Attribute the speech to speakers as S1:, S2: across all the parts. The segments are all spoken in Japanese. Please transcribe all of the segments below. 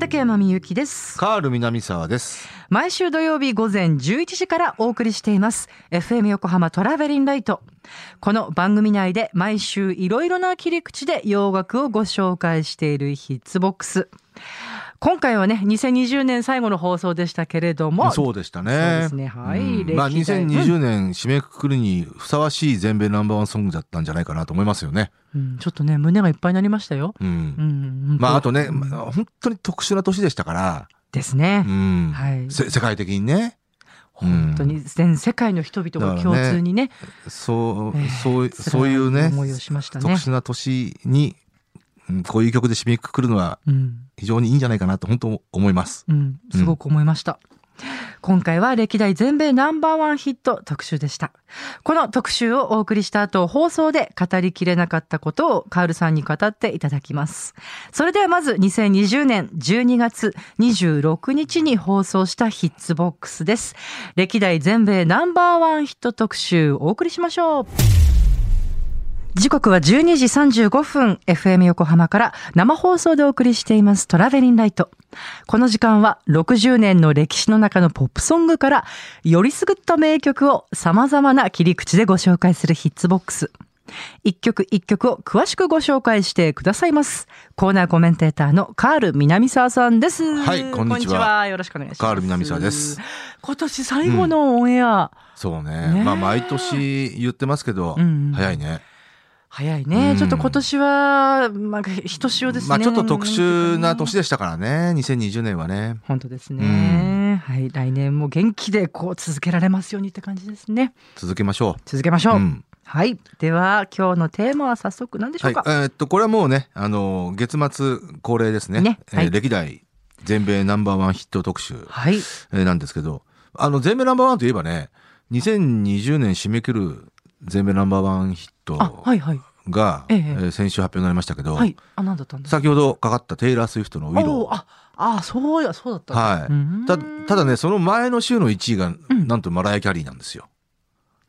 S1: 竹山みゆきです
S2: カール南沢です。
S1: 毎週土曜日午前11時からお送りしています FM 横浜トラベリンライトこの番組内で毎週いろいろな切り口で洋楽をご紹介しているヒッツボックス今回はね2020年最後の放送でしたけれども
S2: そうでした
S1: そう
S2: ね。
S1: ですねはい
S2: うんまあ
S1: 歴代
S2: 2020年締めくくりにふさわしい全米ナンバーワンソングだったんじゃないかなと思いますよね。
S1: うんちょっとね胸がいっぱいになりましたよ、
S2: う
S1: う
S2: ん。
S1: ん
S2: まああとね、
S1: うん
S2: まあ本当に特殊な年でしたから、
S1: ですね
S2: う、ん。
S1: はい
S2: せ世界的にね、
S1: 本当に全世界の人々が共通にね
S2: そう、
S1: えー
S2: そう、そういう
S1: 辛
S2: ね、
S1: 思いをしました
S2: 特
S1: ね。
S2: 殊な年に、うんこういう曲で締めくくるのは
S1: うん、
S2: 非常にいいんじゃないかなと本当思います。
S1: うん、すごく思いました。今回は歴代全米ナンバーワンヒット特集でした。この特集をお送りした後、放送で語りきれなかったことをカールさんに語っていただきます。それではまず2020年12月26日に放送したヒッツボックスです。歴代全米ナンバーワンヒット特集お送りしましょう。時刻は12時35分 FM 横浜から生放送でお送りしていますトラベリンライト。この時間は60年の歴史の中のポップソングからよりすぐった名曲を様々な切り口でご紹介するヒッツボックス。一曲一曲を詳しくご紹介してくださいます。コーナーコメンテーターのカール南沢さんです。
S2: はいこんにちは
S1: よろしくお願いします。
S2: カール南沢です。
S1: 今年最後のオンエア。
S2: そうね。
S1: ねえ
S2: まあ毎年言ってますけど、
S1: うんうん
S2: 早いね。
S1: 早いね、
S2: うん
S1: ちょっと今年は、まあ、ひとしおですね。
S2: まあちょっと特殊な年
S1: で。
S2: でしたからね、2020年はね。
S1: 本当ですね、
S2: うん
S1: はい、来年も元気でこう続けられますようにって感じですね。
S2: 続けましょ
S1: 続けましょ
S2: う。
S1: う。
S2: うん
S1: はい、では、今日のテーマは早速何でしょ
S2: は
S1: う
S2: い、え
S1: か。
S2: ーっとこれはもうね、あの月末恒例ですね。
S1: ね
S2: えー
S1: はい
S2: 歴代全米ナンバーワンヒット特集、
S1: はい、
S2: えーなんですけど、あの全米ナンバーワンといえばね、2020年締めくる全米ナンバーワンヒット
S1: あ、はい、はい、
S2: が、
S1: ええ
S2: えー先週発表になりましたけど、
S1: はい、あ、なんだったんだ。
S2: 先ほどかかったテイラー・スウィフトのウィ
S1: おー
S2: ロ
S1: あ、あ、そうや、そうだった
S2: ー。
S1: んだ。
S2: は
S1: う
S2: い。
S1: ん
S2: たただね、その前の週の1位が、
S1: ん
S2: なんとマライア・キャリーなんですよ。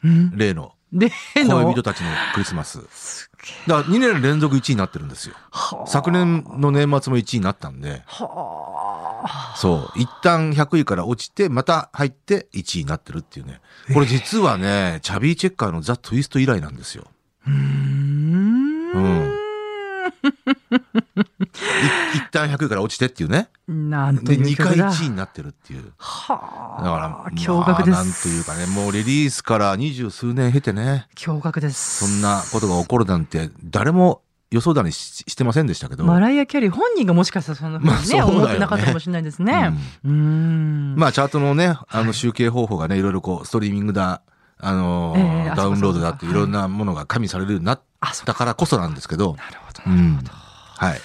S1: うん
S2: 例の
S1: 例の。
S2: 恋人たちのクリスマス。
S1: すげえ
S2: だから2年連続1位になってるんですよ。
S1: はあ
S2: 昨年の年末も1位になったんで、
S1: はあ。
S2: そう、一旦100位から落ちて、また入って1位になってるっていうね。これ実はね、チャビー・チェッカーのザ・トゥイスト以来なんですよ。
S1: うーん
S2: い一旦100位から落ちてっていうね。
S1: なんと
S2: で、
S1: い
S2: 2
S1: う曲
S2: 回
S1: だ。
S2: 1位になってるっていう。だ
S1: は
S2: か
S1: あ
S2: ら、
S1: 驚愕です。
S2: まあなんというかね、もうリリースから二十数年経てね、
S1: 驚愕です。
S2: そんなことが起こるなんて、誰も予想だにししてませんでしたけど。
S1: マライア・キャリー本人がもしかしたらそんなふうにね,、
S2: まあそうだよね
S1: 思ってなかったかもしれないですね。うーん。
S2: まあチャートのね、あ
S1: は
S2: の
S1: い
S2: 集計方法がね、いろいろこう、ストリーミングだ、あのー
S1: ええあ
S2: ダウンロードだって
S1: そう
S2: い
S1: かそうか
S2: ろんなものが加味されるようになっ
S1: あ、そう
S2: た
S1: か。
S2: からこそなんですけど、
S1: なるほど、
S2: う
S1: なる
S2: ん。はい。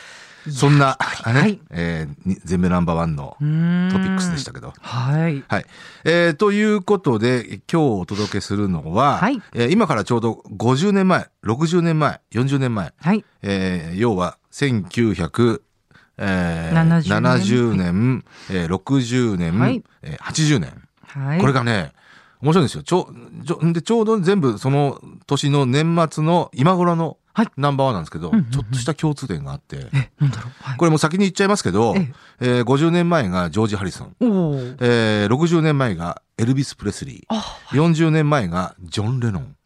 S2: そんな、ね、
S1: はい
S2: えーに全米ナンバーワンの
S1: ほど。うーん
S2: トピックスでし。たけど。
S1: はい。
S2: はい。えーということで、今日お届けするのは、
S1: はい
S2: えー今からちょうど50年前、60年前、40年前、
S1: はい。
S2: えー要は1970えー
S1: 70年
S2: 70年、えー60年、
S1: はい
S2: えー80年。
S1: はい。
S2: これがね、面白いんですよ。ちょ、ちょ、で、ちょうど全部その年の年末の今頃の
S1: はい
S2: ナンバーワンなんですけど、
S1: んうんうん
S2: ちょっとした共通点があって、
S1: え、なんだろう。はい、
S2: これもう先に言っちゃいますけど、
S1: え
S2: えー50年前がジョージ・ハリソン、
S1: れ。おー
S2: えー60年前がエルビス・プレスリー、
S1: あ、
S2: 40年前がジョン・レノン。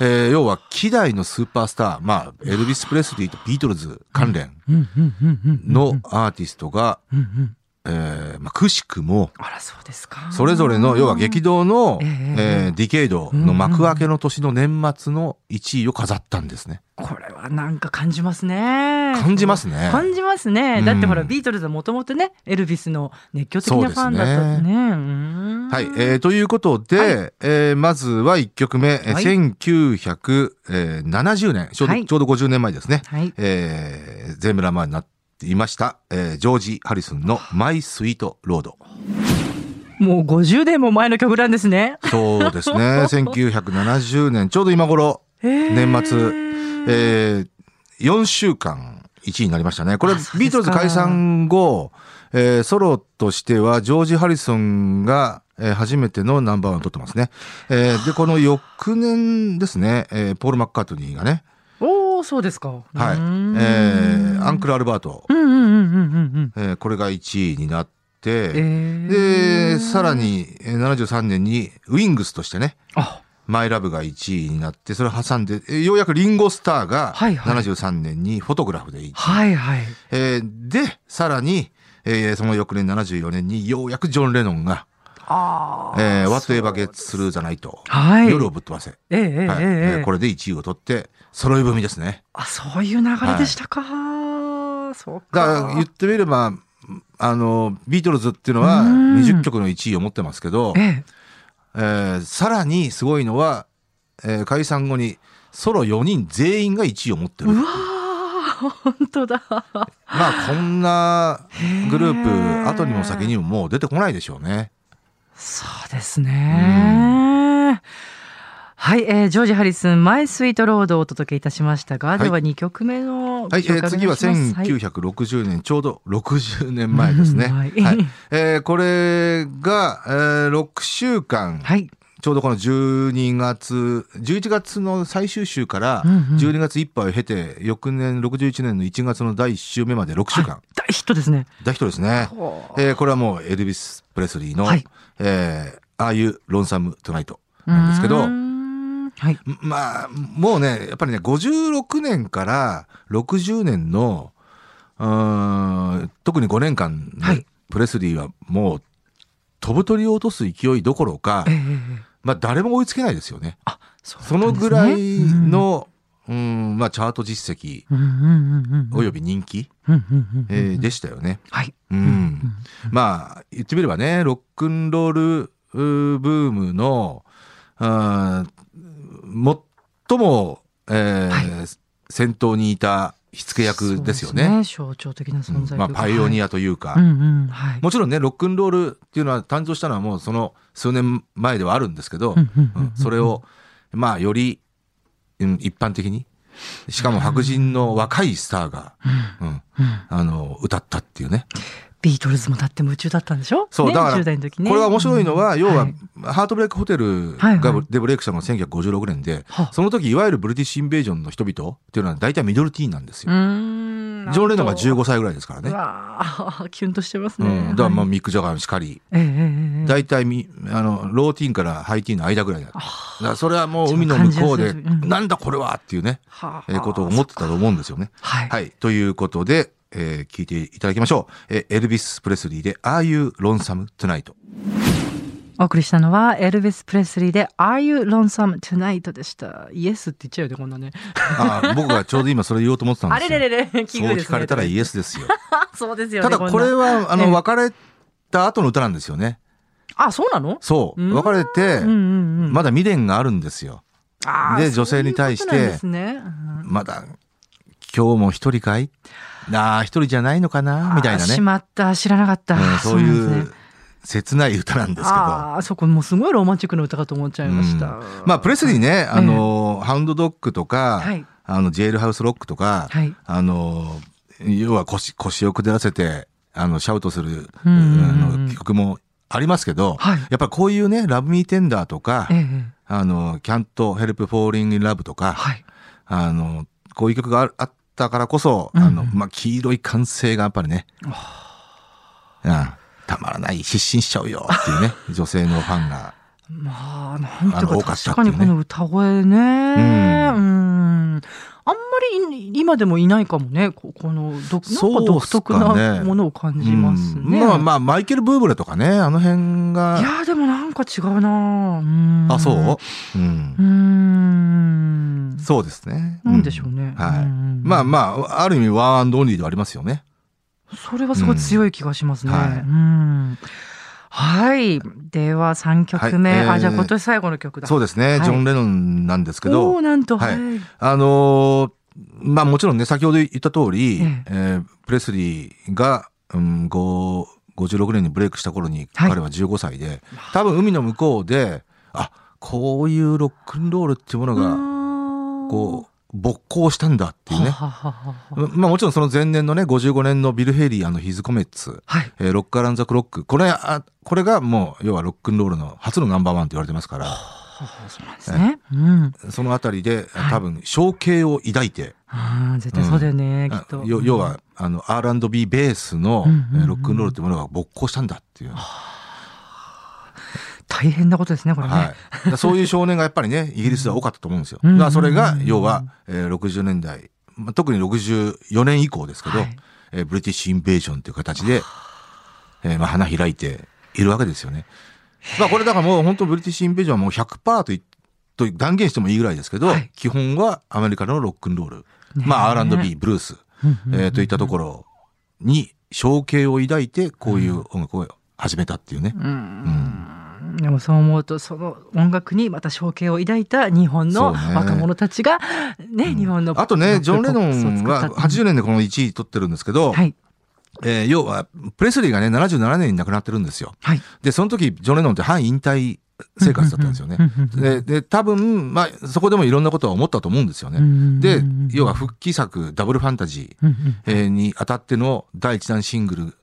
S2: えー要は、希代のスーパースター、まあ、エルビス・プレスリーとビートルズ関連
S1: うんうんうんうん。
S2: のアーティストが、
S1: うんうん。
S2: えーまあ、くしくも、
S1: あら、そうですか。
S2: それぞれの、要は激動の、
S1: え
S2: え
S1: え
S2: ーディケイドの幕開けの年の年末の1位を飾ったんですね。
S1: これはなんか感じますね。
S2: 感じますね。
S1: 感じますね。だってほら、
S2: うん
S1: ビートルズはもともとね、エルビスの熱狂的なファンだったってね。うーん
S2: はい。えーということで、
S1: はい
S2: えーまずは1曲目、えー
S1: はい
S2: 1970年ちょうど、
S1: はい
S2: ちょうど50年前ですね。
S1: はい。
S2: えー、ゼムラマンになっていました、えージョージ・ハリスンのマイ・スイート・ロード。
S1: もう50年も前の曲なんですね。
S2: そうですね。1970年、ちょうど今頃、
S1: 年
S2: 年末えー、4週間1位になりましたね。これ
S1: あそうですか
S2: ビートルズ解散後、えーソロとしてはジョージ・ハリソンが、えー初めてのナンバーワンを取ってますね。えーで、この翌年ですね、えーポール・マッカートニーがね、
S1: おおそうですか。
S2: はい、
S1: う
S2: え
S1: ーん
S2: ーアンクル・アルバート
S1: うんうんうんうんうん
S2: えーこれが1位になっ
S1: うん。え
S2: て、
S1: ー
S2: で、さらにえー73年にウィングスとしてね、
S1: あ、
S2: マイラブが1位になって、それを挟んで、えーようやくリンゴスターが
S1: はいはい
S2: 73年にフォトグラフで1位。
S1: はいはい。
S2: えーで、さらに、えーその翌年74年にようやくジョン・レノンが、
S1: ああ。
S2: えー、What Ever Gets Through the Night、
S1: はい。
S2: 夜をぶっ飛ばせ、
S1: ええええ
S2: はい
S1: え
S2: え
S1: え
S2: ーこれで1位を取って、揃い踏みですね。
S1: あ、そういう流れでしたか。そう
S2: だ
S1: か。
S2: から言ってみれば、あの、ビートルズっていうのは
S1: うん
S2: 20曲の1位を持ってますけど、
S1: ええ
S2: えーさらにすごいのは、えー解散後にソロ4人全員が1位を持ってる。
S1: うわー、本当だ。
S2: まあこんなグループ、後にも先
S1: も。
S2: にももう出てこないでしょうね。
S1: そうですね。はい、えージョージ・ハリスン、マイ・スイート・ロードをお届けいたしましたが、
S2: い
S1: では2曲目のご
S2: はい、え
S1: 紹介お願いし
S2: ー
S1: ます、
S2: 次は
S1: はい
S2: 1960年、ちょうど60年前ですね。
S1: うんは
S2: はいいえーこれが、え6週間、
S1: はい。
S2: ちょうどこの12月、11月の最終週から
S1: うんうん
S2: 12月いっぱいを経て、翌年61年の1月の第1週目まで6週間、
S1: 大ヒットですね。
S2: 大ヒットですね。えーこれはもうエルビス・プレスリーの、
S1: はい
S2: えー、ああいうロンサム・トゥナイトなんですけ
S1: うー
S2: ど、
S1: んはい。
S2: まあ、もうね、やっぱりね、56年から60年の、うーん特に5年間で、
S1: はい
S2: プレスリーはもう、飛ぶ鳥を落とす勢いどころか
S1: え、ー
S2: まあ、誰も追いつけないですよね。
S1: あ、そう
S2: そ
S1: な
S2: の
S1: んですね
S2: ぐらい、の、うんまあ、チャート実績
S1: うんうんうんうん
S2: および人気、
S1: うんうんうんうん
S2: えーでしたよね。
S1: はい。
S2: うん
S1: うん
S2: まあ言ってみればねロックンロールうーブームのあー最も、えー
S1: は
S2: 先頭にいた火付け役ですよね。
S1: そう象徴的な存
S2: う
S1: 在
S2: んまあ、パイオニ
S1: ア。
S2: アというか、
S1: はいうんうんはい。
S2: もちろんねロックンロールっていうのは誕生したのはもうその数年前ではあるんですけど、
S1: うんうんうんうん
S2: うんそれをまあより、うん一般的にしかも白人の若いスターが、うん
S1: うん
S2: あの歌ったっていうね。
S1: ビートルズもだって夢中だったんでしょ
S2: そう
S1: ね
S2: だから
S1: 10代の時ね。
S2: これが面白いのは、要は
S1: はい、
S2: ハートブレイクホテル
S1: はいは
S2: が
S1: い
S2: でブレイクしたのが1956年で
S1: は、
S2: その時、いわゆるブリティッシュインベージョンの人々っていうのは大体ミドルティーンなんです
S1: う
S2: よ。
S1: ーん。
S2: ジョン・レノンが
S1: ね。
S2: 15歳ぐらいですから
S1: う
S2: ね。
S1: わー キュンとしてます
S2: う
S1: ね。
S2: ん。だからまあ
S1: はい
S2: ミック・ジャガーにしかり、
S1: ええええええ
S2: 大体み、あの、ローティーンからハイティーンの間ぐらいだ。だからそれはもう海の向こうで、
S1: 感じがするうん
S2: なんだこれはっていうね、
S1: は
S2: えーことを思ってたと思うんですよね。
S1: はい。
S2: はい。ということで、えー聞いていただきましょう。えーエルビス・プレスリーで、ああいうロンサム・トゥナイト。
S1: お送りしたのは、エルヴィス・プレスリーで、Are You Lonesome Tonight? でした。イエスって言っちゃうよね、こんなね。
S2: あー僕がちょうど今それ言おうと思ってたんで
S1: あ
S2: すよ。
S1: れれれれ、奇
S2: そう
S1: 遇ですね。
S2: 聞かれたらイエスですよ。
S1: あ そうですよ
S2: た
S1: ね。
S2: だこれ
S1: んな
S2: は、あ
S1: ええ
S2: の、別れた後の歌なんですよね。
S1: あ、そうなの
S2: そうう。
S1: ん
S2: 別れて
S1: うん、うんうん。
S2: まだ未練があるんですよ。
S1: あー
S2: で女性に対して
S1: そういうことなんですねうん
S2: まだ、今日も一人かいああ、一人じゃないのかなみたいな
S1: あーし
S2: ね。
S1: まった、知らなかった。
S2: うんそう
S1: なんですね
S2: いう切ない歌なんですけど。
S1: ああ、そこもうすごいロマンチックな歌かと思っちゃいました。
S2: うんまあ、プレスリーね、あの、ハウンドドッグとか
S1: はい、
S2: あの、ジェイルハウスロックとか
S1: はい、
S2: あの、要は腰、腰をくでらせて、あの、シャウトす
S1: う
S2: る、あ
S1: んうんうん
S2: の曲もありますけど、
S1: はい
S2: やっぱりこういうね、ラブミーテンダーとか
S1: え、え
S2: あの、キャントヘルプフォーリングインラブとか、
S1: はい。
S2: あの、こういう曲がああったからこそ、あの、まあ、黄色い歓声がやっぱりね、うんたまらない、失神しちゃうよっ ていうね、女性のファンが。
S1: まあ、なんて
S2: あの
S1: いう
S2: 多
S1: か、
S2: かった
S1: 確
S2: って
S1: か
S2: いうね
S1: にこの歌声ね。うん。あんまり今でもいないかもね。ここの独、なんか独特
S2: そうっすか
S1: な
S2: ね
S1: ものを感じますね。
S2: うんまあまあ、マイケル・ブーブレとかね、あの辺
S1: い
S2: が、
S1: や、でもなんか違うなうん。
S2: あ、そううん
S1: う。ん。
S2: そうですね。
S1: なんでしょうね
S2: はい。
S1: うん
S2: まあまあ、ある意味、ワンアンドオンリーではありますよね。
S1: それはすごい強い気がしますね。
S2: うんはい
S1: うん。はい。では3曲目。
S2: はいえー
S1: あ、じゃあ今年最後の曲だ。
S2: そう
S1: う
S2: ですね。
S1: はい
S2: ジョン・レノンなんですけ
S1: お
S2: ど
S1: ー、なんと。は
S2: はいい。あのーまあもちろんね、先ほど言った通り、
S1: え
S2: えープレスリーが、うん、5 56年にブレイクした頃に、
S1: はい
S2: 彼は15歳で、多分海の向こうで、あ、こういうロックンロールっていうものが、こう、勃興したんだっていう
S1: は
S2: ね。
S1: ははは。
S2: まあもちろんその前年のね、55年のビル・ヘイリーのヒズ・コメッツ、
S1: はい。
S2: えーロック・アラン・ザ・クロック、これ、あこれがもう、要はロックンロールの初のナンバーワンって言われてますから、
S1: そうなんですね。うん。
S2: そのあたりで
S1: はい、
S2: 多分、象形を抱いて、
S1: あーん、絶対そうだよね、きっと。
S2: あよ要はあの R&B ベースの
S1: うんうんうん
S2: えーロックンロールってものが勃興したんだっていう、
S1: 大変なことですね、これね。
S2: はい、だからそういう少年がやっぱ りねイギリスでは多かったと思うんですよ。
S1: うんうんうん
S2: だからそれが要は、えー60年代、まあ、特に64年以降ですけど、
S1: はい
S2: えーブリティッシュインベーションという形で、えーまあ、花開いているわけですよね。まあ、これだからもう本当ブリティッシュインベーションはもう100%といと断言してもいいぐらいですけど、
S1: はい
S2: 基本はアメリカのロックンロール、
S1: ね
S2: まあ、R&B、ブルース、
S1: うんうん
S2: えーといったところに象形を抱いてこういう音楽を始めたっていうね。
S1: うんでもそう思うとその音楽にまた象形を抱いた日本の
S2: そうね
S1: 若者たちがね日本の
S2: あとね、ジョン・レノンが80
S1: 年
S2: 年でこの1位取ってるんですけど、
S1: はい
S2: えー要は、プレスリーがね、77年に亡くなってるんですよ。
S1: はい
S2: で、その時、ジョン・レノンって反引退生活だったんですよね
S1: うんうんうん
S2: で。で、多分、まあ、そこでもいろんなことは思ったと思うんですよね。で、要は復帰作、ダブルファンタジー、
S1: うんうん
S2: えーにあたっての第一弾シングル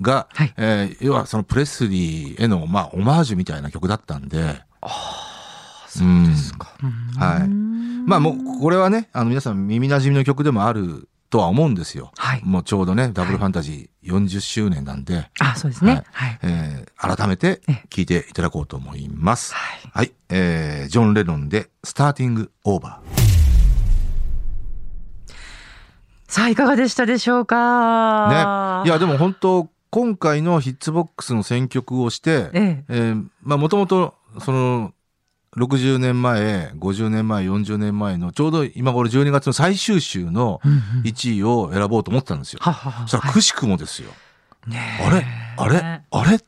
S2: が、
S1: はい
S2: えー要はそのプレスリーへの、まあ、オマージュみたいな曲だったんで、そうですか。はいまあもう、これはね、あの皆さん耳馴染みの曲でもあるとは思うんですよ。
S1: はい
S2: もうちょうどね、ダブルファンタジー40周年なんで、
S1: あそうですね
S2: はい
S1: はい
S2: えー改めて
S1: ええ
S2: 聴いていただこうと思います。
S1: はい
S2: はい、えージョン・レノンで、スターティング・オーバー。
S1: さあいかがでしたでしょうか
S2: ね。いや、でも本当、今回のヒッツボックスの選曲をして、
S1: ええ
S2: えーまあもともと、その、60年前、50年前、40年前の、ちょうど今頃12月の最終週の
S1: うんうん
S2: 1位を選ぼうと思ってたんですよ。
S1: ははは
S2: そしたら
S1: は
S2: くしくもですよ。
S1: いねえ
S2: あれあれあれ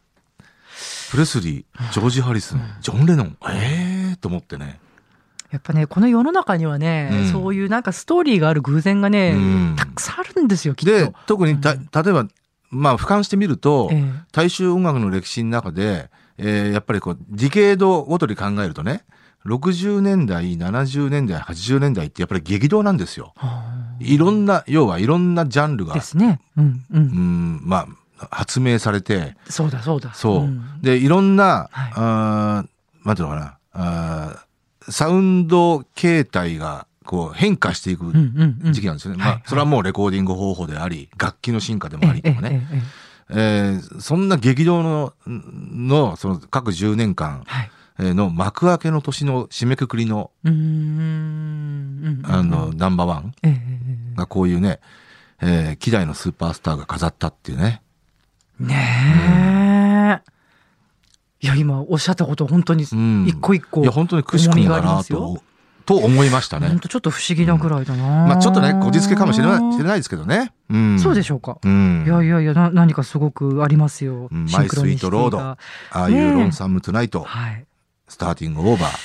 S2: プレスリー、ジョージ・ハリスン、ジョン・レノン、ええー、と思ってね。
S1: やっぱねこの世の中にはね、
S2: うん
S1: そういうなんかストーリーがある偶然がね、
S2: うん
S1: たくさんあるんですよきっと。
S2: で、特にた、
S1: う
S2: 例えば、まあ、俯瞰してみると、
S1: ええ
S2: 大衆音楽の歴史の中で、えーやっぱりこう、ディケードごとに考えるとね、60年代、70年代、80年代ってやっぱり激動なんですよ。
S1: はあ
S2: いろんな、要はいろんなジャンルが
S1: で、すね。うんう。
S2: うんん、まあ、発明されて、
S1: そうだそうだ。
S2: そう。
S1: ん
S2: で、いろんな、
S1: はい
S2: あーなんていうのかな、あーサウンド形態がこう変化していく
S1: うんうんうん。
S2: 時期なんですよね。
S1: はい
S2: まあ、それはもうレコーディング方法であり、楽器の進化でもありとかね。
S1: ええええええ
S2: えーそんな激動の、んの、その各10年間
S1: はい。
S2: えーの幕開けの年の締めくくりの、
S1: うーん。
S2: あの、
S1: うん、
S2: ナンバーワン
S1: えええ
S2: がこういうね、えー、希代のスーパースターが飾ったっていうね。
S1: えねえ。いや、今おっしゃったこと本当に
S2: うん
S1: 一個一個。
S2: いや、本当にくしくも
S1: 重み
S2: だな
S1: がありま
S2: と、と思いましたね
S1: 本。当ちょっと不思議なぐらいだな。
S2: まあちょっとね、こじつけかもしれない、しれないですけどね。うん。
S1: そうで
S2: ょ。
S1: しょうか。
S2: うん。
S1: いやいやいや、な何かすごくありますよ。
S2: うん
S1: シンクロニシティが
S2: マイスイートロードああい
S1: ねえ
S2: うロンサムトゥナイト、
S1: はい。
S2: スターティングオーバー。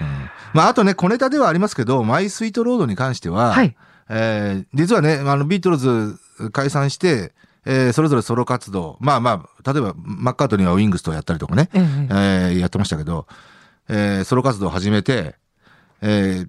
S2: うんまああとね、小ネタではありますけど、マイスイートロードに関しては、
S1: はい。
S2: えー実はね、あの、ビートルズ解散して、えーそれぞれソロ活動、まあまあ、例えば、マッカートニーはウィングスとやったりとかね、
S1: ええええ
S2: えーやってましたけど、えーソロ活動を始めて、えー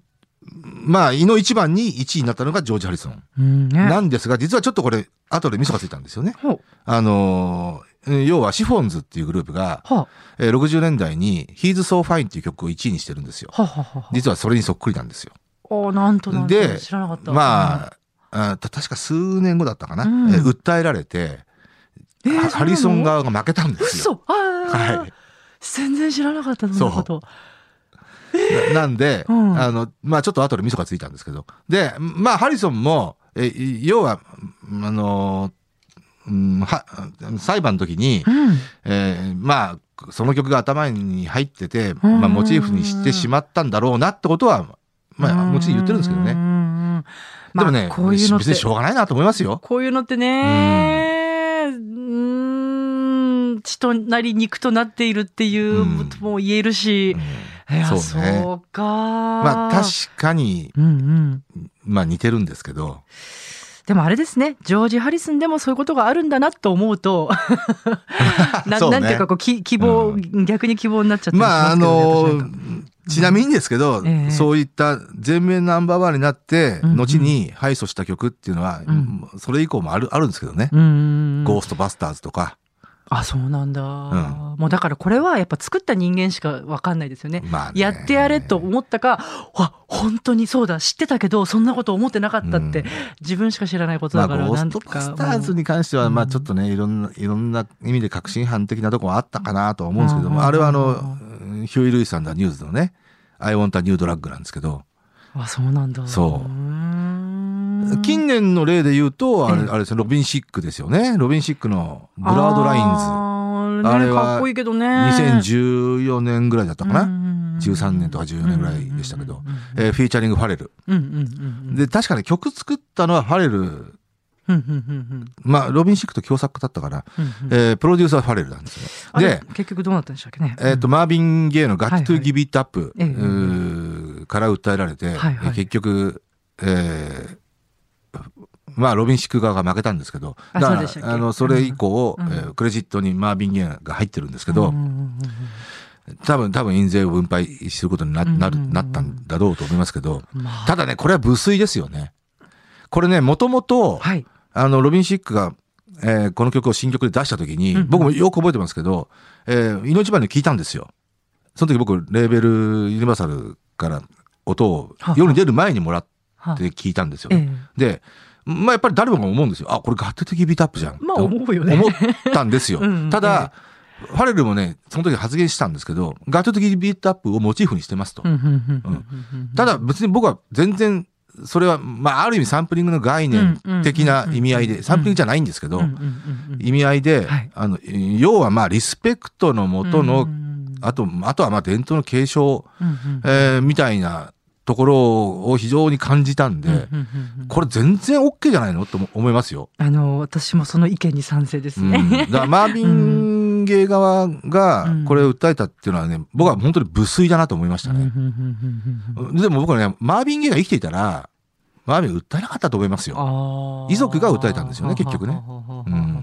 S2: まあ、胃の一番に1位になったのがジョージ・ハリソン。
S1: うんね。
S2: なんですが、実はちょっとこれ、後でミソがついたんですよね。
S1: ほう
S2: あのー、うん要はシフォンズっていうグループが、
S1: は
S2: えー60年代に He's So Fine っていう曲を1位にしてるんですよ
S1: あ。はあはあはあ。
S2: 実はそれにそっくりなんですよ。
S1: おなんとなんと
S2: で
S1: 知らなかった。
S2: まあ、あた確か数年後だったかな。
S1: うん
S2: えー訴えられて、
S1: えー
S2: ハハリソ
S1: そう
S2: ン。
S1: なの
S2: 側が負けたんですよ。
S1: 嘘ああ
S2: は
S1: 全然知らなかった、そんなこと。
S2: ななんで、
S1: うん
S2: あの、まあちょっと後でミソがついたんですけど。で、まあハリソンも、えー要は、あのーうんは裁判の時に、
S1: うん。
S2: えーまあその曲が頭に入ってて、
S1: ん
S2: まあ、モチーフにしてしまったんだろうなってことは、まあ、もちろん言ってるんですけど
S1: う
S2: ね。
S1: んうん
S2: でも
S1: ま
S2: ね、
S1: あこういうのっ
S2: 別に
S1: て
S2: し、ょうがないなと思いますよ。
S1: こういうのってね、うーん、血となり肉となっているっていう
S2: うん
S1: ことも言えるし
S2: うん、
S1: いや、
S2: そうね
S1: そうか。
S2: まあ確かに、
S1: うんうん。
S2: まあ、似てるんですけど、
S1: でもあれですね、ジョージ・ハリスンでもそういうことがあるんだなと思う と、な
S2: そうね
S1: なんていうかこうき希望、逆に希望になっちゃって
S2: まああのちなみにですけど、
S1: ええ
S2: そういった全面ナンバーワンになって、
S1: うんうん
S2: 後に敗訴した曲っていうのは、
S1: うん
S2: それ以降もあるあるんですけどね、
S1: うんうんうん
S2: ゴーストバスターズとか、
S1: あそうなんだ、もうだからこれはやっぱ作った人間しか分かんないですよね,、
S2: まあね
S1: やってやれと思ったかあ本当にそうだ知ってたけどそんなこと思ってなかったって、
S2: うん
S1: 自分しか知らないこと
S2: ま
S1: だ
S2: あ、
S1: から
S2: ゴー
S1: な
S2: ス
S1: んと
S2: トバ
S1: か
S2: スターズに関しては、
S1: うん
S2: まあ、ちょっとね、いろんな、いろんな意味で確信犯的なとこはあったかなとは思うんですけど
S1: うんうん
S2: も、
S1: うん
S2: あれはあの、ヒューイ・ルイさんだ、ニュースのね、I want a new drug なんですけど、
S1: あそうなんだ
S2: そう
S1: ーん
S2: 近年の例で言うと、あ
S1: え
S2: れ、
S1: え
S2: あれですね、ロビン・シックですよね。ロビン・シックのブラードライン
S1: ン
S2: あれは
S1: かっこいいけどね
S2: ズ。2014年ぐらいだったかな。
S1: な
S2: 13年とか14年ぐらいでしたけど
S1: うん
S2: えーフィーチャリング・ファレル。
S1: うんうんうん
S2: で、確かに曲作ったのはファレル。
S1: うんうんうん
S2: まあ、ロビン・シックと共作だったから、
S1: うんうん
S2: えープロデューサーはファレルなんですよ。
S1: あ
S2: で
S1: れ、結局どうなったんでしたっけね
S2: えっ、と、マービン・ゲイの Got
S1: はい
S2: to
S1: はい
S2: Give It Up う
S1: ええ
S2: ーから訴えられて、
S1: はいはい
S2: え結局、えーまあ、ロビン・シック側が負けたんですけど、
S1: あ
S2: だ
S1: そう
S2: か
S1: でしたっけ
S2: ら、あの、それ以降、
S1: うんうん
S2: えークレジットにマービン・ゲイが入ってるんですけ
S1: け
S2: ど、
S1: ま
S2: 多分、多分、印税を分配することにな、な
S1: うんうんう
S2: る、
S1: ん
S2: なったんだろうと思いますけど、
S1: あ
S2: ただね、これは無粋ですよね。これね、もともと、
S1: はい
S2: あの、ロビン・シックが、えーこの曲を新曲で出した時に、
S1: うんうん
S2: 僕もよく覚えてますけど、えー、命番で聞いたんですよ。その時僕、レーベル、ユニバーサルから音を
S1: はあ
S2: 夜に出る前にもらっ
S1: は
S2: て聞いたんですよ。
S1: ええ
S2: で、まあやっぱり誰もが思うんですよ。あ、これガッテ的ビートアップじゃん。
S1: まあ思うよね
S2: 思ったんですよ。
S1: うんうん
S2: ただ、ファレルもね、その時発言したんですけど、ガッテ的ビートアップをモチーフにしてますと。
S1: うんうんうんうんうん
S2: ただ別に僕は全然それは、まあ、ある意味サンプリングの概念的な意味合い
S1: うんうんうんうん
S2: で、サンプリングじゃないんですけど
S1: うんう、んうんうん
S2: 意味合いで
S1: はい、
S2: あの、要はまあ、リスペクトのもと
S1: う
S2: の、
S1: ん
S2: あと、あとはまあ、伝統の継承、
S1: うんうん
S2: えーみたいなところを非常に感じたん
S1: うんうん
S2: で、
S1: うんうん
S2: これ全然 OK じゃないのと思いますよ。
S1: あの私もその意見に賛成です
S2: うん
S1: ね
S2: だからマービン・ゲイ側が
S1: うん
S2: これを訴えたっていうのはね、僕は本当に無粋だなと思いました
S1: うんうん
S2: ね。
S1: うんうんうん
S2: でも僕はね、マービン・ゲイが生きていたら、マービン訴えなかったと思いますよ。
S1: あー
S2: 遺族が訴えたんですよね結局ね。うん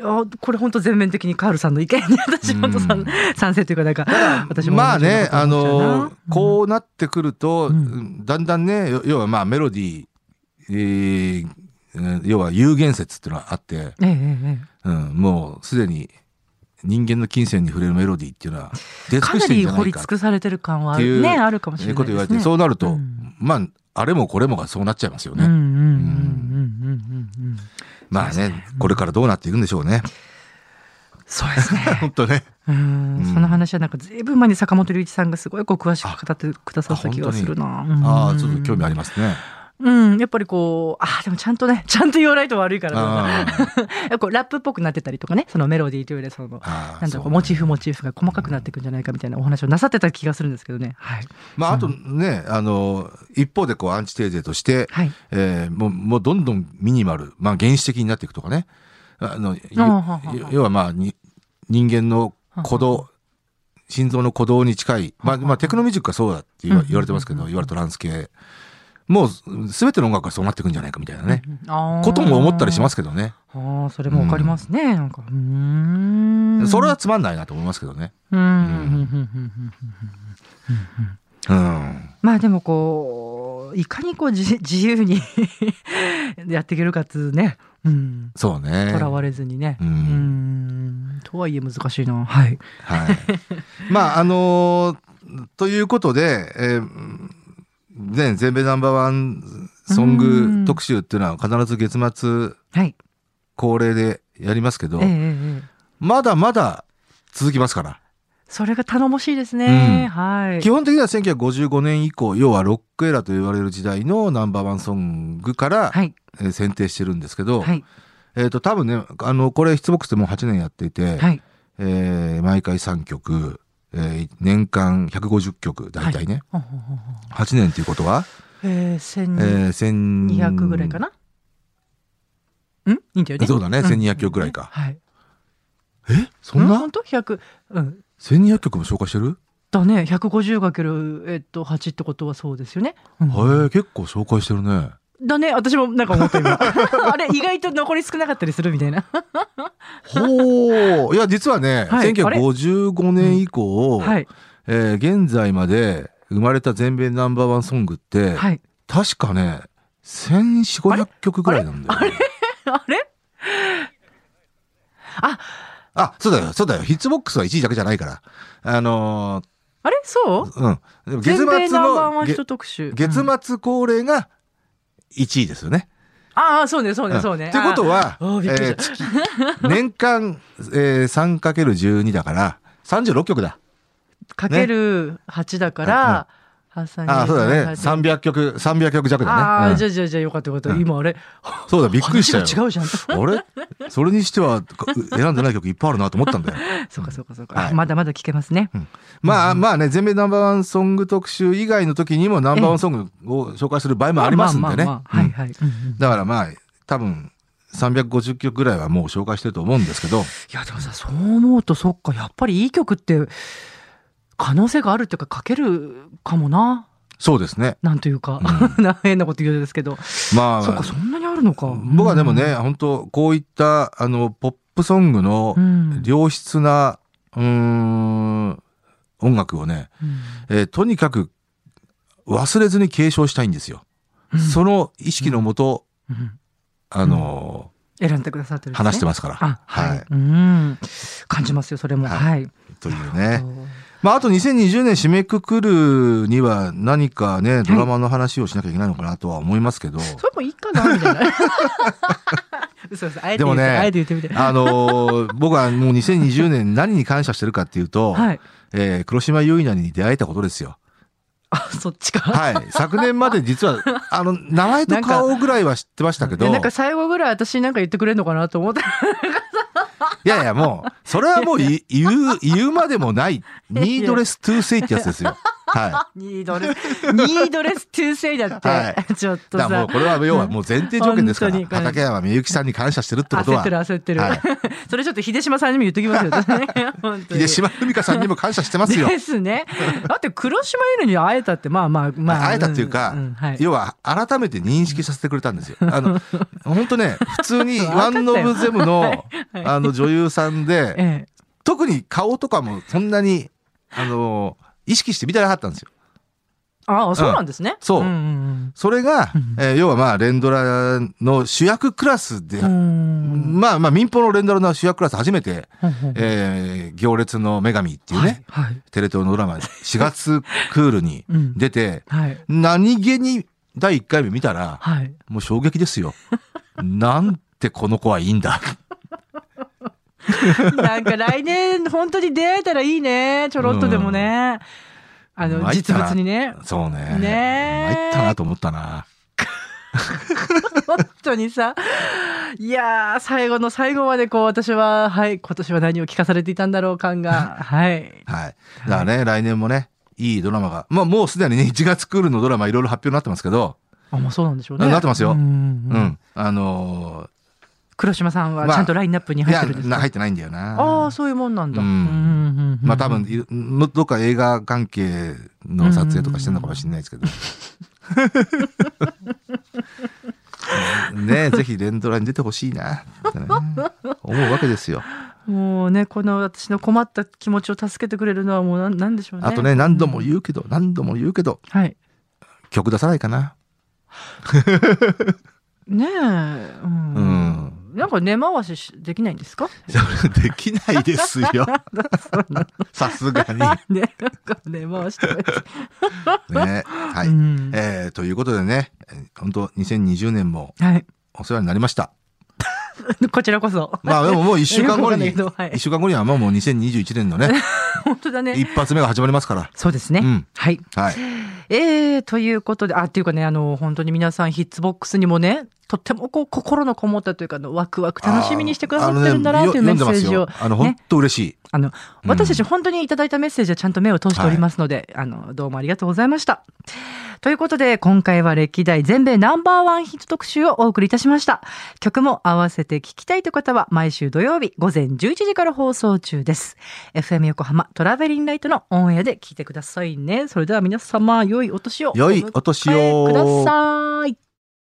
S1: あこれ本当全面的にカールさんの意見に 私本当さん
S2: うん
S1: 賛成というかなんか私も
S2: まあね、
S1: 同
S2: あ
S1: じようなこ
S2: の、
S1: と思っちゃうな
S2: こうなってくると、
S1: うん
S2: うんだんだんね、よ要はまあメロディー、えー要は有限説っていうのがあって、
S1: うんえええええ
S2: うん、もうすでに人間の金銭に触れるメロディーっていうのは出
S1: え
S2: 尽
S1: か
S2: く
S1: な
S2: してるん
S1: り
S2: じゃな
S1: 掘
S2: い
S1: り
S2: か
S1: 尽
S2: って
S1: くされてる感はあ
S2: ってい
S1: る
S2: う
S1: ねあるかもし
S2: い
S1: れ
S2: う
S1: な
S2: こ
S1: い
S2: と
S1: で
S2: 言われ
S1: す
S2: て、
S1: ね。
S2: そうなると、
S1: うん
S2: まあ、あれもこれもがそうなっちゃいますよ
S1: うん
S2: ね。
S1: うんうんうんうんうん
S2: まあ
S1: そうです
S2: ね、これからどうなっていくんでしょ うね。
S1: そうですね。
S2: 本当ね。
S1: うん
S2: うん
S1: その話はなんかずいぶん前に坂本龍一さんがすごいこう詳しく語ってくださった気がするな。
S2: ああ、ちょっと興味あ
S1: る。
S2: りますね。
S1: うん、やっぱりこう、ああ、でもちゃんとね、ちゃんと言わないと悪いからな
S2: あー
S1: こうラップっぽくなってたりとかねそのメロディーというよりはその
S2: あ
S1: なん
S2: ー
S1: だ
S2: そう
S1: ろうモチーフモチーフが細かくなっていくんじゃないかみたいなお話をなさってた気がするんですけどねはい
S2: まあ、あとね、あの、一方でこう、アンチテーゼとして、
S1: はい
S2: えーもう、もうどんどんミニマル、まあ、原始的になっていくとかね。あの、ゆ
S1: あははは
S2: 要はまあ、に人間の鼓動、心臓の鼓動に近い、まあ、まあ、テクノミュージックがそうだって言わ言われてますけど、いわゆるトランス系。もう、すべての音楽がそうなっていくんじゃないかみたいなね。ことも思ったりしますすけどね。
S1: あーそれもわかりますね、なんかうーん
S2: それはつまんないなと思いますけどね。
S1: うん
S2: んうん。
S1: まあでもこういかにこう自自由に やっていけるかっつうねうん
S2: そうね。
S1: とらわれずにね
S2: うん
S1: うんとはいえ難しいなはい
S2: はい。まあ、あのーということで、えーね、全米ナンバーワンソング特集っていうのは必ず月末
S1: はい
S2: 恒例でやりますけど、
S1: ええええええ
S2: まだまだ続きますから。
S1: それが頼もしいですね。
S2: うん
S1: はい。
S2: 基本的には1955年以降、要はロックエラーと言われる時代のナンバーワンソングから、
S1: はい。
S2: えー選定してるんですけど、
S1: はい。
S2: えっ、と、多分ね、あの、これ、ヒッツボックスでもう8年やっていて、
S1: はい。
S2: えー毎回3曲、えー年間150曲、大体ね、
S1: ほうほうほうほう
S2: 8年ということは、
S1: えー、千
S2: えー、千
S1: 二百ぐらいかな。うん、いいんだよね。
S2: そうだね
S1: ん
S2: 1200曲ぐらいか
S1: はい。
S2: えそんな
S1: 本当百。うん。
S2: 1200曲も紹介してる、
S1: だね、百五十かける、えっと、八ってことはそうですよね。うん
S2: へえ結構紹介してるね
S1: だね、私もなんか思った 今。あれ、意外と残り少なかったりするみたいな。
S2: ほういや実はね、
S1: はい
S2: 1955年以降、
S1: はい。
S2: えー現在まで生まれた全米ナンバーワンソングって、
S1: はい。
S2: 確かね1400曲ぐらいなんだよね
S1: あれ。あ、
S2: あ、そうだよ、そうだよ。ヒッツボックスは1位だけじゃないから。あの
S1: あれそう
S2: ーうん。でも
S1: 全米ナンバーワンヒ
S2: げ
S1: ット特集。
S2: 月
S1: うん
S2: 末恒例が1位ですよね。
S1: ああ、そうね、そう
S2: う
S1: ね、
S2: ん
S1: そうね。
S2: ってことは、え
S1: あーびっくり
S2: ー月年間、えー、3×12 だから、36 曲だ。
S1: かける8だから、あ
S2: あー、そうだね。300曲、300曲弱だ
S1: あ
S2: ね。う
S1: あ、
S2: ん
S1: じゃあじゃあじゃあよかったよかった。
S2: うん
S1: 今あれ、
S2: そうだ、びっくりしたよ。
S1: 話が違うじゃん。
S2: あれそれにしてはか選んでない曲いっぱいあるなと思ったんだ よ。
S1: そうかそうかそう
S2: は
S1: か。
S2: い
S1: まだまだ聞けますね。
S2: まあまあね、全米ナンバーワンソング特集以外の時にもナンバーワンソングを紹介する場合もありますんで
S1: まあ
S2: ね。
S1: まあまあはいはい。うんうん
S2: うんだからまあ、多分350曲ぐらいはもう紹介してると思うんですけど、
S1: いやでもさそう思うとそっかやっぱりいい曲って可能性があるっていうか書けるかもな
S2: そうですね。
S1: なんというか、 変なこと言うんですけど、
S2: ま
S1: そっか
S2: あ、
S1: そんなにあるのか
S2: 僕はでもね、、本当こういった、あの、ポップソングの
S1: うんうん
S2: 良質な、うーん、音楽をね、えーとにかく忘れずに継承したいんですよ。
S1: うん
S2: その意識のもと、
S1: うん
S2: あの
S1: 選んでくださってるんですね、
S2: 話して
S1: ま
S2: ますから。
S1: あはい、
S2: はい。
S1: うん感じますよそれも
S2: は
S1: はいい、
S2: という
S1: あ
S2: ね。
S1: と
S2: まあ、あと2020年締めくくるには何かね、ドラマの話をしなきゃいけないのかなとは思いますけど、
S1: それもいいかなみ たいな嘘嘘あえて言って
S2: でもね
S1: あえて言ってみて
S2: あのー僕はもう2020年何に感謝してるかっていうと、
S1: はい
S2: えー黒島結菜に出会えたことですよ。
S1: あそっちか
S2: はい。昨年まで 実は、あの、名前と顔ぐらいは知ってましたけど、
S1: いやなんか
S2: い
S1: 最後ぐらい私なんか言ってくれるのかなと思ったら
S2: やいやもう、それはも うい言う、言うまでもない、ニードレストゥーセイってやつですよ。はい。
S1: ニードレス、ニードレストゥーセイだって、
S2: は
S1: ちょっと
S2: だからも
S1: さ
S2: う、これは要はもう前提条件ですから
S1: 本当に
S2: 畠山みゆきさんに感謝してるってこと
S1: 焦っ
S2: は
S1: てる焦ってる。
S2: はい
S1: それちょっと秀島さんにも言っときますよ。 本当に
S2: 秀島文香さんにも感謝してますよ。
S1: ですね。だって黒島ゆるに会えたって、まあまあまあ。
S2: 会えたっていうか、
S1: んんはい。
S2: 要は改めて認識させてくれた んですよ。あの、本当ね、普通にワンノブゼムの、
S1: はい
S2: あの女優さんで、
S1: ええ
S2: 特に顔とかもそんなに、あの、意識して見てなかったんですよ。
S1: ああ、そうなんですね。
S2: そうん
S1: ん
S2: それが
S1: うん、
S2: えー要はまあ、連ドラの主役クラスで、
S1: うんうん
S2: まあまあ、民放の連ドラの主役クラス初めて、
S1: ほんほん
S2: えー行列の女神っていうね、
S1: はい。はい
S2: テレ東のドラマ4月クールに
S1: うん
S2: 出て、
S1: はい。
S2: 何気に第1回目見たら、
S1: はい。
S2: もう衝撃で すよ。なんてこの子はいいんだ。
S1: なんか来年、本当に出会えたらいいね。ちょろっとでもね。あの、
S2: 参った
S1: 実
S2: な
S1: 物にね。
S2: そうね。
S1: ねえ
S2: 参ったなと思ったな。
S1: 本当にさ、いやー、最後の最後までこう、私は、はい、今年は何を聞かされていたんだろう感が、 はい。
S2: はい。だからね、来年もね、いいドラマが、まあもうすでにね、1月クールのドラマいろいろ発表になってますけど、
S1: あ、もうそうなんでしょうね。
S2: なってますよ
S1: うんうん
S2: う
S1: うん
S2: ん。あの
S1: 黒島さんは
S2: まあ
S1: ちゃんとラインナップに
S2: ーい
S1: 入っ
S2: や、
S1: てるんですか、
S2: な入ってないんだよな。
S1: ああ、そういうもんなんだ。
S2: うん
S1: うんうんうんうん
S2: まあ多分、いどっか映画関係の撮影とかしてるのかもしれないですけど。ねえぜひ連ドラに出てほしいな、ってね思うわけですよ。
S1: もうね、この私の困った気持ちを助けてくれるのはもうなんなんでしょうね。
S2: あとね、何度も
S1: うん。
S2: 言うけど、何度も言うけど、
S1: はい。
S2: 曲出さないかな。
S1: ねえ、うん。
S2: うん。
S1: なんか根回ししできないんです か
S2: それできないですよ。さすがに。
S1: ね、なんか根回しとか言って
S2: ね。は
S1: う
S2: い。
S1: ん
S2: えーということでね、本当2020年も
S1: はい。
S2: お世話になりました。
S1: こちらこそ。
S2: まあでももう一週間後に、
S1: よくわかんないけどはい
S2: 一週間後にはもう2021年のね、
S1: 本当 だね。
S2: 一発目が始まりますから。
S1: そうですね。
S2: うん
S1: はい。
S2: はい。
S1: えー、ということで、あ、っていうかね、あの、本当に皆さん、ヒッツボックスにもね、とってもこう、心のこもったというか、あの、ワクワク楽しみにしてくださってるんだ
S2: あ
S1: な、
S2: の
S1: と
S2: ね
S1: いうメッセージを。
S2: よ読んでますよあの、本当嬉しい。
S1: あの、
S2: うん
S1: 私たち本当にいただいたメッセージはちゃんと目を通しておりますので、あの、どうもありがとうございました。ということで、今回は歴代全米ナンバーワンヒット特集をお送りいたしました。曲も合わせて聴きたいという方は、毎週土曜日午前11時から放送中です。FM 横浜トラベリンライトのオンエアで聴いてくださいね。それでは皆様、良いお年を。
S2: 良いお年を
S1: お迎えください。